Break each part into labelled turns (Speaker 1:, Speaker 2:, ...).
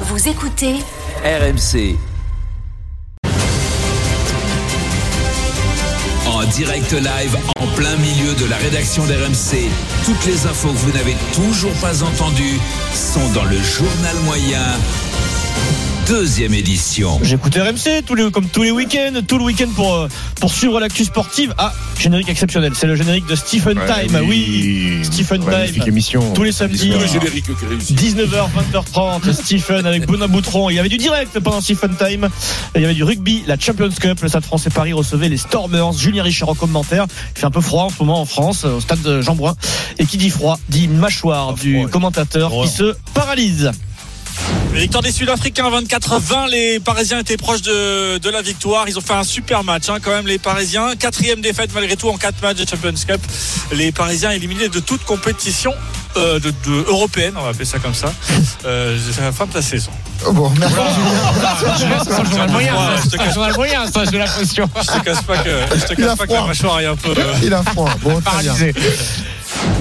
Speaker 1: Vous écoutez
Speaker 2: RMC. En direct live, en plein milieu de la rédaction d'RMC, toutes les infos que vous n'avez toujours pas entendues sont dans le journal moyen, deuxième édition.
Speaker 3: J'écoute RMC tous les, comme tous les week-ends, tout le week-end pour, euh, pour suivre l'actu sportive. Ah, générique exceptionnel, c'est le générique de Stephen Time, ah oui, Stephen
Speaker 4: Magnifique
Speaker 3: Time.
Speaker 4: émission.
Speaker 3: tous les samedis. euh,
Speaker 4: Tous les
Speaker 5: C'est Eric qui réussit.
Speaker 3: 19h, 20h30, Stephen avec Benoît Boutron. Il y avait du direct pendant Stephen Time. Il y avait du rugby, la Champions Cup. Le Stade français Paris recevait les Stormers. Julien Richard en commentaire. Il fait un peu froid en ce moment en France, au stade de Jean Brouin. Et qui dit froid, dit une mâchoire du commentateur qui se paralyse.
Speaker 6: Victoire des Sud-Africains 24-20. Les Parisiens étaient proches de, de la victoire. Ils ont fait un super match hein, quand même les Parisiens. Quatrième défaite malgré tout en quatre matchs de Champions Cup. Les Parisiens éliminés de toute compétition euh, de, de- européenne, on va appeler ça comme ça. Euh, c'est la fin de la saison.
Speaker 7: Oh, Bon, merci
Speaker 6: Ouais, je te cache-
Speaker 4: j'ai l'impression.
Speaker 6: je te cache pas que je te
Speaker 7: Il a
Speaker 6: cache pas que la
Speaker 7: froid.
Speaker 6: mâchoire est un peu. euh,
Speaker 7: Il a froid. Bon, très bien.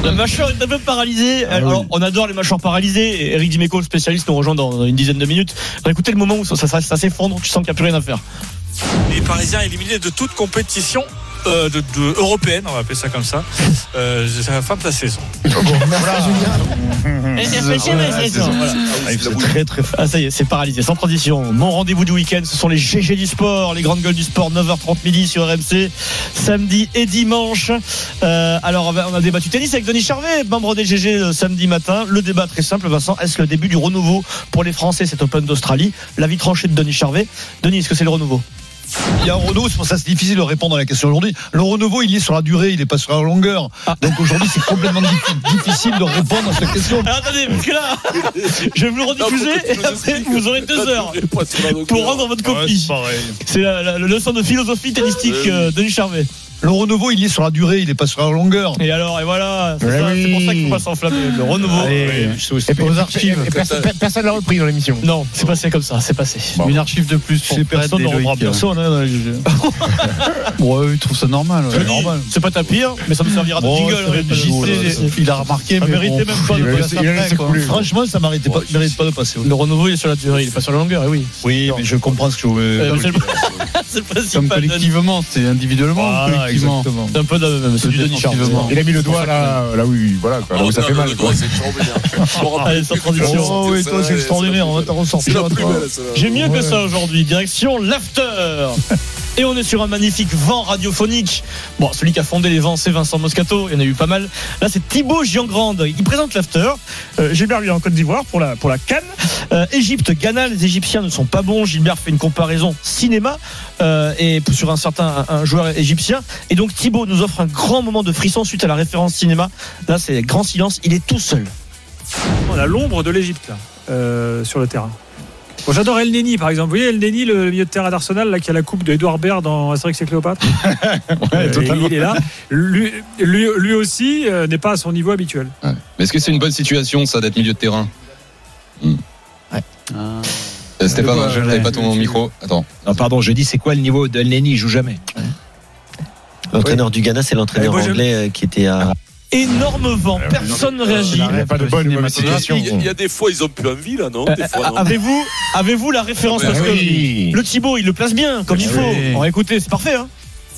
Speaker 3: La mâchoire est un peu paralysée. Alors, on adore les mâchoires paralysées. Et Eric Dimeco, le spécialiste, nous rejoint dans une dizaine de minutes. Alors, écoutez le moment où ça, ça, ça, ça s'effondre, tu sens qu'il n'y a plus rien à faire.
Speaker 6: les Parisiens éliminés de toute compétition. euh, de, de- européenne, on va appeler ça comme ça. Euh, c'est la fin de la saison.
Speaker 7: Bon, merci Julien.
Speaker 3: Voilà.
Speaker 4: très très
Speaker 3: Ah, ça y est, c'est paralysé, sans transition. Mon rendez-vous du week-end, ce sont les GG du sport, les grandes gueules du sport, 9h30 midi sur RMC, samedi et dimanche. Euh, alors, on a débattu tennis avec Denis Charvet, membre des GG euh, samedi matin. Le débat très simple, Vincent. Est-ce le début du renouveau pour les Français, cet Open d'Australie L'avis tranché de Denis Charvet. Denis, est-ce que c'est le renouveau
Speaker 8: Il y a un renouveau, c'est pour ça que c'est difficile de répondre à la question aujourd'hui. Le renouveau, il est sur la durée, il est pas sur la longueur.
Speaker 3: Ah.
Speaker 8: Donc aujourd'hui, c'est complètement dif- difficile de répondre à cette question.
Speaker 3: Alors, Ah, attendez, parce que là, je vais vous le rediffuser et après, vous aurez deux heures pour rendre votre copie. c'est la, la- la leçon de philosophie tennistique euh, Denis Charvet.
Speaker 8: Le renouveau, il est sur la durée, il est pas sur la longueur. Eh
Speaker 3: Et alors, et voilà, c'est
Speaker 4: Ouais,
Speaker 3: ça,
Speaker 4: oui.
Speaker 3: c'est pour ça qu'il faut pas s'enflammer. Le renouveau.
Speaker 4: Et
Speaker 8: pour les
Speaker 3: archives.
Speaker 4: Personne l'a repris dans l'émission.
Speaker 3: Non, c'est passé comme ça, c'est passé.
Speaker 4: Bon.
Speaker 3: Une archive de plus
Speaker 8: Chez
Speaker 3: personne
Speaker 8: Fred
Speaker 3: ne
Speaker 8: et
Speaker 3: rendra
Speaker 8: Loïc.
Speaker 3: personne. hein, dans les jeux.
Speaker 8: Ouais, il trouve ça normal.
Speaker 3: Je dis, C'est pas ta pire, mais ça me servira de jingle. hein, pas de-
Speaker 8: euh, il a remarqué,
Speaker 3: Ça
Speaker 8: mais
Speaker 3: méritait
Speaker 8: bon,
Speaker 3: même pas de
Speaker 8: il a
Speaker 3: passer
Speaker 8: laissé- il a laissé
Speaker 3: quoi.
Speaker 8: couler. Franchement, ça méritait pas- mérite pas de passer.
Speaker 3: Le renouveau, il est sur la durée, il est pas sur la longueur, eh oui.
Speaker 8: Oui, mais je comprends ce que vous
Speaker 3: Euh, c'est le- c'est le principal.
Speaker 8: c'est individuellement
Speaker 3: Voilà,
Speaker 8: Exactement.
Speaker 3: C'est un peu de même, c'est du Denis Charvet.
Speaker 8: Défensivement.
Speaker 4: Il a mis le doigt là, là où, il- voilà, quoi, là où ça fait mal. quoi.
Speaker 3: Allez, sans Ah, transition.
Speaker 8: Oh, oui, toi, c'est extraordinaire, on va t'en ressortir. hein, toi.
Speaker 3: J'ai mieux que ça aujourd'hui. Direction l'after. Et on est sur un magnifique vent radiophonique. Bon, celui qui a fondé les vents, c'est Vincent Moscato. Il y en a eu pas mal. Là, c'est Thibaut Giangrande. Il présente l'after. Euh, Gilbert lui est en Côte d'Ivoire pour la, pour la Cannes. Euh, Égypte, Ghana, les Égyptiens ne sont pas bons. Gilbert fait une comparaison cinéma euh, et sur un certain un, un joueur égyptien. Et donc Thibaut nous offre un grand moment de frisson suite à la référence cinéma. Là, c'est grand silence. Il est tout seul.
Speaker 9: On a Oh, l'ombre de l'Égypte là euh, sur le terrain. Bon, J'adore El Neni par exemple. Vous voyez El Neni, le milieu de terrain d'Arsenal, là qui a la coupe d'Edouard Baird dans Astérix et Cléopâtre. Euh, il est là. Lui, lui- lui aussi euh, n'est pas à son niveau habituel.
Speaker 10: Mais est-ce que c'est une bonne situation, ça, d'être milieu de terrain Hmm. Euh, Stéphane, je n'avais pas ton micro. Attends.
Speaker 2: Ah, pardon, je dis c'est quoi le niveau de il joue jamais.
Speaker 11: L'entraîneur du Ghana, c'est l'entraîneur
Speaker 9: Ouais, moi,
Speaker 11: anglais euh, qui était à.
Speaker 3: Énorme vent.
Speaker 2: Ah
Speaker 4: Ouais,
Speaker 3: Personne ne réagit.
Speaker 4: Il n'y a pas de bonne ou mauvaise situation.
Speaker 5: Il y a- il y a des fois, ils ont plus envie, là, non Des fois, non
Speaker 3: Avez-vous avez-vous la référence
Speaker 2: Ah
Speaker 5: Ouais,
Speaker 3: parce que
Speaker 4: oui.
Speaker 3: le Thibaut il le place bien comme il faut.
Speaker 8: oui.
Speaker 3: Bon, écoutez, c'est parfait. Hein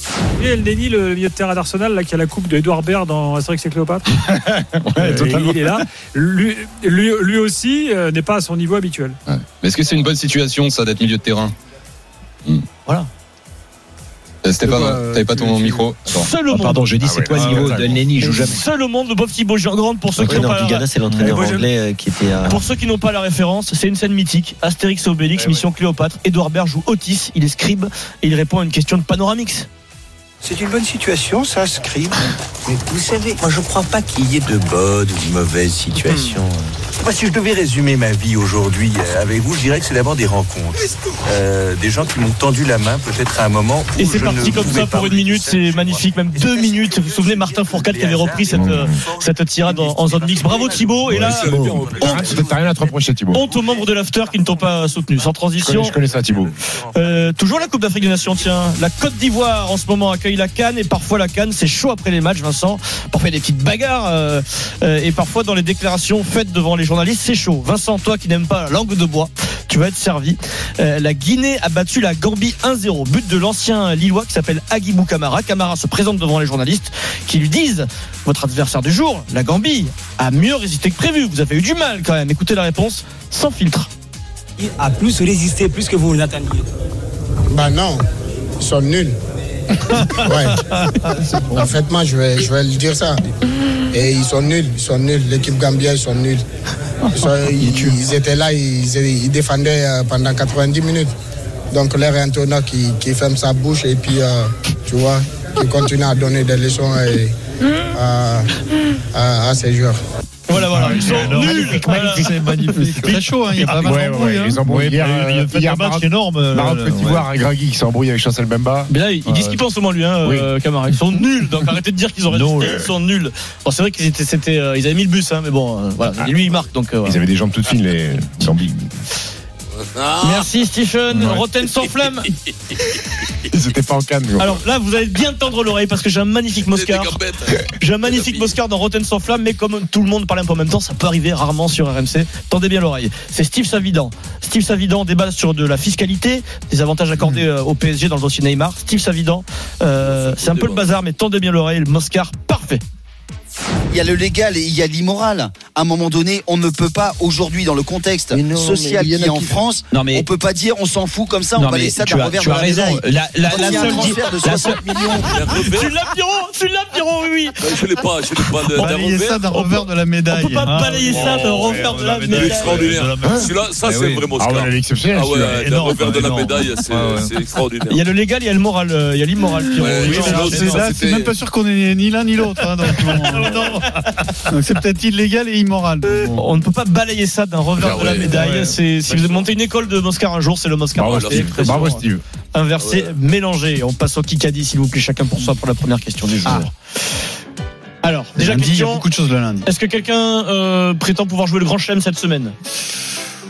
Speaker 9: Vous voyez El Neni, le milieu de terrain d'Arsenal, là qui a la coupe d'Edouard Baird dans Astérix et Cléopâtre. Euh,
Speaker 4: totalement.
Speaker 9: il est là. Lui, lui- lui aussi euh, n'est pas à son niveau habituel.
Speaker 10: Mais est-ce que c'est une bonne situation, ça, d'être milieu de terrain Hmm.
Speaker 3: Voilà.
Speaker 10: Euh, Stéphane,
Speaker 4: De quoi,
Speaker 10: t'avais pas ton
Speaker 4: tu-
Speaker 10: micro. Attends.
Speaker 3: Seul au monde.
Speaker 2: Ah, je
Speaker 8: Ah
Speaker 4: dis, c'est quoi le niveau
Speaker 2: d'Elneny
Speaker 3: Seul au monde le pauvre Thibaut Grande
Speaker 2: Ah
Speaker 3: pour ceux qui n'ont
Speaker 11: L'entraîneur
Speaker 3: pas.
Speaker 11: du
Speaker 3: la-
Speaker 11: Ghana, c'est l'entraîneur
Speaker 9: Ouais, moi, j'aime-
Speaker 11: anglais euh, qui était à.
Speaker 3: Pour ceux qui n'ont pas la référence, c'est une scène mythique. Astérix et Obélix,
Speaker 2: Eh
Speaker 3: Mission Cléopâtre. Edouard Berge joue Otis, il est scribe et il répond à une question de Panoramix.
Speaker 2: C'est une bonne situation, ça, scribe. Mais vous savez, moi, je crois pas qu'il y ait de bonnes ou de mauvaises situations. Hmm. Moi, si je devais résumer ma vie aujourd'hui euh, avec vous, je dirais que c'est d'abord des rencontres. Euh, des gens qui m'ont tendu la main, peut-être à un moment où
Speaker 3: Et c'est
Speaker 2: Oh, je
Speaker 3: parti
Speaker 2: ne
Speaker 3: comme
Speaker 2: pouvais
Speaker 3: ça
Speaker 2: pas
Speaker 3: pour une
Speaker 2: me
Speaker 3: minute,
Speaker 2: sentir chez
Speaker 3: c'est
Speaker 2: moi.
Speaker 3: magnifique, même
Speaker 2: Et c'est
Speaker 3: deux
Speaker 2: parce
Speaker 3: minutes.
Speaker 2: que
Speaker 3: Vous vous souvenez Martin Fourcade qui avait repris cette, euh, cette tirade en, en zone mix. Bravo Thibaut et là
Speaker 5: C'est bien, en plus.
Speaker 4: T'as rien- T'as rien à te reprocher, Thibaut.
Speaker 3: honte aux membres de l'after qui ne t'ont pas soutenu. Sans
Speaker 4: Je connais-
Speaker 3: transition,
Speaker 4: Je connais ça, Thibaut.
Speaker 3: Euh, toujours la Coupe d'Afrique des Nations, tiens. La Côte d'Ivoire en ce moment accueille la Cannes et parfois la Cannes, c'est chaud après les matchs, Vincent. Parfois il y a des petites bagarres euh, euh, et parfois dans les déclarations faites devant les journalistes, c'est chaud. Vincent, toi qui n'aimes pas la langue de bois, tu vas être servi. Euh, la Guinée a battu la Gambie 1-0. But de l'ancien Lillois qui s'appelle Agibou Camara. Camara se présente devant les journalistes qui lui disent Votre adversaire du jour, la Gambie, a mieux résisté que prévu. Vous avez eu du mal quand même. Écoutez la réponse sans filtre.
Speaker 1: a plus résisté, plus que vous l'attendiez.
Speaker 12: Bah non, ils sont nuls. ouais. En fait, moi, je vais, je vais le dire ça. Et ils sont nuls, ils sont nuls. L'équipe gambienne, ils sont nuls. Ils, sont- ils étaient là, ils, ils défendaient euh, pendant 90 minutes. Donc, leur entraîneur qui, qui ferme sa bouche et puis, euh, tu vois, qui continue à donner des leçons et, à- à- à ses joueurs.
Speaker 3: Voilà, voilà. Ils sont nuls.
Speaker 8: C'est Ah, magnifique. Très chaud, hein, il y
Speaker 3: Ah,
Speaker 8: a pas mal
Speaker 4: Ouais,
Speaker 8: d'embrouilles.
Speaker 4: ouais,
Speaker 8: hein.
Speaker 4: les embrouilles.
Speaker 8: Ouais,
Speaker 4: Hier,
Speaker 8: il y a
Speaker 4: euh,
Speaker 8: fait un
Speaker 4: hier,
Speaker 8: match
Speaker 4: Maroc-
Speaker 8: énorme. euh,
Speaker 4: Maroc,
Speaker 8: ouais.
Speaker 4: Petit Voir et Gragui qui s'embrouillent avec Chancel Bemba.
Speaker 3: Mais là, ils disent ce qu'ils pensent au moins lui, hein,
Speaker 4: Oui.
Speaker 3: euh, Camara. Ils sont nuls. Donc arrêtez de dire qu'ils ont résisté.
Speaker 4: Non,
Speaker 3: Ils sont nuls. Bon, c'est vrai qu'ils étaient, c'était, euh, ils avaient mis le bus, hein, mais bon, euh, voilà. Et lui, il marque. Donc, euh, voilà.
Speaker 4: Ils avaient des jambes toutes fines, les Zambis.
Speaker 3: Merci Stephen.
Speaker 4: Ouais.
Speaker 3: Rotten sans flamme.
Speaker 4: Ils étaient pas en canne. quoi.
Speaker 3: Alors là, vous allez bien tendre l'oreille parce que j'ai un magnifique Moscar. J'ai un magnifique Moscar dans Rotten sans flamme, mais comme tout le monde parle un peu en même temps, ça peut arriver rarement sur RMC. Tendez bien l'oreille. C'est Steve Savidan. Steve Savidan débat sur de la fiscalité, des avantages accordés euh, au PSG dans le dossier Neymar. Steve Savidan, euh, c'est un peu le bazar, mais tendez bien l'oreille. Le Moscar, parfait.
Speaker 13: Il y a le légal et il y a l'immoral. À un moment donné, on ne peut pas aujourd'hui dans le contexte
Speaker 14: non,
Speaker 13: social
Speaker 14: mais il y en
Speaker 13: qui
Speaker 14: a
Speaker 13: est en
Speaker 14: qui-
Speaker 13: France,
Speaker 14: Non, mais-
Speaker 13: on peut pas dire on s'en fout comme ça,
Speaker 14: Non,
Speaker 13: on va
Speaker 14: mais
Speaker 13: laisser ça
Speaker 14: tu
Speaker 13: d'un
Speaker 14: as-
Speaker 13: revers
Speaker 14: tu
Speaker 13: de
Speaker 14: as
Speaker 13: la
Speaker 14: raison.
Speaker 13: médaille.
Speaker 14: La- la-
Speaker 13: Quand
Speaker 14: la
Speaker 13: il y a un
Speaker 14: seule di-
Speaker 13: transfert de
Speaker 14: la
Speaker 13: 60
Speaker 14: seule-
Speaker 13: millions,
Speaker 3: Tu l'as Pierrot Tu l'as Pierrot Oui, oui.
Speaker 5: Je l'ai pas, je l'ai pas de-
Speaker 8: On
Speaker 5: d'un
Speaker 8: balayer
Speaker 5: revers.
Speaker 8: ça d'un revers de la médaille.
Speaker 3: On peut pas
Speaker 8: Ah,
Speaker 3: balayer
Speaker 8: oui.
Speaker 3: ça d'un
Speaker 8: Oh,
Speaker 3: revers
Speaker 8: ouais,
Speaker 3: de la
Speaker 5: Il est
Speaker 3: médaille.
Speaker 5: extraordinaire. Celui-là, ça,
Speaker 8: Eh
Speaker 5: c'est
Speaker 8: oui.
Speaker 5: vraiment
Speaker 8: Ah ouais, elle est exceptionnelle,
Speaker 5: Ah ouais,
Speaker 8: celui-là.
Speaker 5: d'un
Speaker 8: Énorme,
Speaker 5: revers de la
Speaker 8: énorme.
Speaker 5: médaille, c'est
Speaker 8: Ah ouais.
Speaker 5: c'est extraordinaire.
Speaker 3: Il y a le légal, il y a le moral, euh, il y a l'immoral. Pierrot.
Speaker 5: Ouais,
Speaker 3: Oui,
Speaker 5: non,
Speaker 3: mais
Speaker 5: non,
Speaker 3: alors,
Speaker 5: c'est-
Speaker 3: c'est-
Speaker 5: non,
Speaker 8: Là, c'est
Speaker 5: c'était-
Speaker 8: même pas sûr qu'on est ni l'un ni l'autre. hein, donc, on- donc c'est peut-être illégal et immoral.
Speaker 3: On ne peut pas balayer ça d'un revers
Speaker 8: Ah
Speaker 3: de la
Speaker 8: ouais,
Speaker 3: médaille.
Speaker 8: ouais.
Speaker 3: C'est- si vous montez une école de Moscar un jour, c'est le Moscar.
Speaker 4: Bravo,
Speaker 3: Voilà,
Speaker 4: Steve.
Speaker 3: c'est très
Speaker 4: Bravo,
Speaker 3: sûr.
Speaker 4: Steve.
Speaker 3: Inversé, mélangé. On passe au Kikadi, s'il vous plaît, chacun pour soi pour la première question du jour. Alors, déjà,
Speaker 8: Ah. Lundi, il y a
Speaker 3: question.
Speaker 8: beaucoup de choses le lundi.
Speaker 3: Est-ce que quelqu'un euh, prétend pouvoir jouer le Grand Chelem cette semaine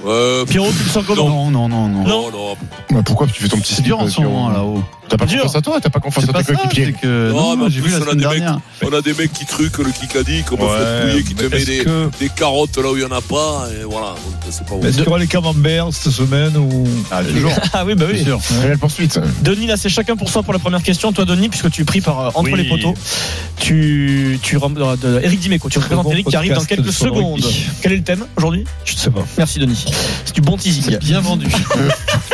Speaker 5: Euh,
Speaker 3: Pierrot, tu le sens comment
Speaker 8: Non, non, non, non.
Speaker 5: non, non.
Speaker 4: Mais Pourquoi tu fais ton petit
Speaker 8: C'est dur en
Speaker 4: slip,
Speaker 8: ce
Speaker 4: euh,
Speaker 8: moment là-haut.
Speaker 4: T'as pas
Speaker 8: Dur.
Speaker 4: confiance à toi, t'as pas confiance
Speaker 8: C'est
Speaker 4: à
Speaker 8: pas
Speaker 4: tes
Speaker 8: ça, c'est
Speaker 4: coéquipiers.
Speaker 8: que
Speaker 5: Non,
Speaker 8: non,
Speaker 5: mais en
Speaker 8: non, j'ai vu
Speaker 5: plus,
Speaker 8: la
Speaker 5: on a
Speaker 8: semaine
Speaker 5: des mecs
Speaker 8: dernière.
Speaker 5: On a des mecs qui truquent le Kikadi comme
Speaker 4: Ouais,
Speaker 5: Fred Pouillet qui te
Speaker 4: mais
Speaker 5: met
Speaker 4: est-ce
Speaker 5: des,
Speaker 4: que-
Speaker 5: des carottes là où il n'y en a pas. Et voilà, donc c'est pas bon.
Speaker 8: Est-ce qu'il y aura les camemberts cette semaine ou
Speaker 4: Ah,
Speaker 8: toujours
Speaker 3: Ah oui, bah oui.
Speaker 8: sûr.
Speaker 4: Réelle poursuite.
Speaker 3: Denis, là, c'est chacun pour soi pour la première question. Toi, Denis, puisque tu es pris par euh, entre
Speaker 8: Oui.
Speaker 3: les poteaux, tu, tu rem- euh, de- Eric Dimeco, tu représentes
Speaker 8: bon
Speaker 3: Eric qui arrive dans
Speaker 8: podcast
Speaker 3: quelques
Speaker 8: de son
Speaker 3: secondes.
Speaker 8: rugby.
Speaker 3: Quel est le thème aujourd'hui
Speaker 8: Je sais pas.
Speaker 3: Merci Denis. C'est du bon teasing.
Speaker 8: Bien vendu.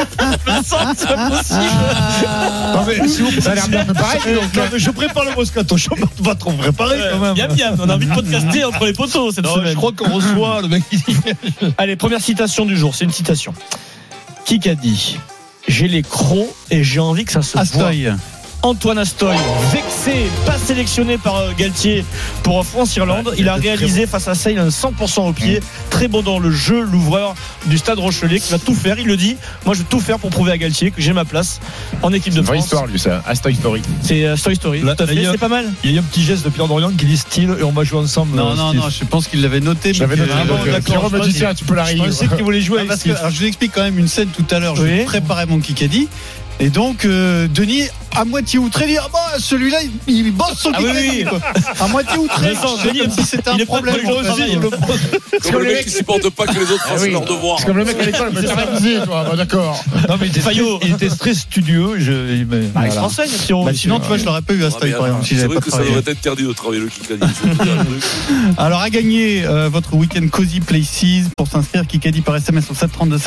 Speaker 3: Vincent, c'est pas possible.
Speaker 8: Ah
Speaker 4: Non, mais si vous- ça a l'air bien préparé. dis donc,
Speaker 8: Non,
Speaker 4: là.
Speaker 8: mais je prépare le Moscato. Je suis pas trop préparé quand même.
Speaker 3: Bien, bien, on a envie de podcaster entre les poteaux cette
Speaker 8: Non,
Speaker 3: semaine.
Speaker 8: je crois qu'on reçoit le mec. qui-
Speaker 3: Allez, première citation du jour, c'est une citation. Qui a dit J'ai les crocs et j'ai envie que ça se voie.
Speaker 8: Astoy.
Speaker 3: Antoine Astoy, vexé, pas sélectionné par euh, Galtier pour euh, France-Irlande. il a réalisé face à Sale un 100% au pied. Très bon dans le jeu, l'ouvreur du stade Rochelet qui va tout faire. Il le dit Moi, je vais tout faire pour prouver à Galtier que j'ai ma place en équipe de
Speaker 4: Vraie
Speaker 3: France.
Speaker 4: histoire, lui, ça. Asta historique.
Speaker 3: C'est euh, Astoy Story.
Speaker 8: Là,
Speaker 3: Tout à fait,
Speaker 8: là, il y a-
Speaker 3: C'est pas mal.
Speaker 8: Il y a eu un petit geste de Pierre Dorian qui dit style et on va jouer ensemble.
Speaker 14: Non,
Speaker 8: euh,
Speaker 14: non,
Speaker 8: Steve.
Speaker 14: non, je pense qu'il l'avait noté. mais
Speaker 4: J'avais
Speaker 14: que-
Speaker 4: noté.
Speaker 8: Ah bon,
Speaker 4: donc, euh,
Speaker 8: d'accord,
Speaker 4: Jérôme
Speaker 8: je
Speaker 4: a
Speaker 8: pense
Speaker 4: dit tiens, tu peux
Speaker 8: Je
Speaker 4: l'arriver.
Speaker 8: pensais qu'il voulait jouer
Speaker 3: Ah,
Speaker 8: avec
Speaker 3: parce
Speaker 8: Steve.
Speaker 3: que-
Speaker 8: Alors, je vous explique quand même une scène tout à l'heure. Je
Speaker 3: Oui.
Speaker 8: préparais mon Kikadi. Et donc, euh, Denis, à moitié outré, dit Ah bah, celui-là, il, il bosse son
Speaker 3: Ah oui,
Speaker 8: Kikadi,
Speaker 3: oui.
Speaker 8: quoi. À moitié outré,
Speaker 3: Vincent,
Speaker 8: c'est
Speaker 3: Denis,
Speaker 8: comme si c'était un
Speaker 3: il est
Speaker 8: problème.
Speaker 3: propre avec le
Speaker 8: en fait.
Speaker 3: Brésil.
Speaker 5: Comme le mec qui supporte pas que les autres
Speaker 4: Ah
Speaker 5: fassent
Speaker 4: oui.
Speaker 5: leur devoir.
Speaker 4: C'est comme le mec à l'école, mais t'as révisé, toi. Bah, d'accord.
Speaker 8: Non, mais il était,
Speaker 3: Fayot.
Speaker 8: il était très studieux. Je, il, mais-
Speaker 3: Ah, il
Speaker 8: voilà.
Speaker 3: se renseigne, Pierrot.
Speaker 8: Bah, sinon, tu vois, je l'aurais pas eu à
Speaker 5: Ah, mais
Speaker 8: Stoï, par exemple,
Speaker 5: C'est
Speaker 8: s'il n'avait
Speaker 5: vrai
Speaker 8: pas
Speaker 5: que ça devrait
Speaker 8: travaillé.
Speaker 5: être interdit de travailler le Kikadi. je te dis un truc.
Speaker 8: Alors, à gagner euh, votre week-end Cozy Places pour s'inscrire, Kikadi par SMS au 732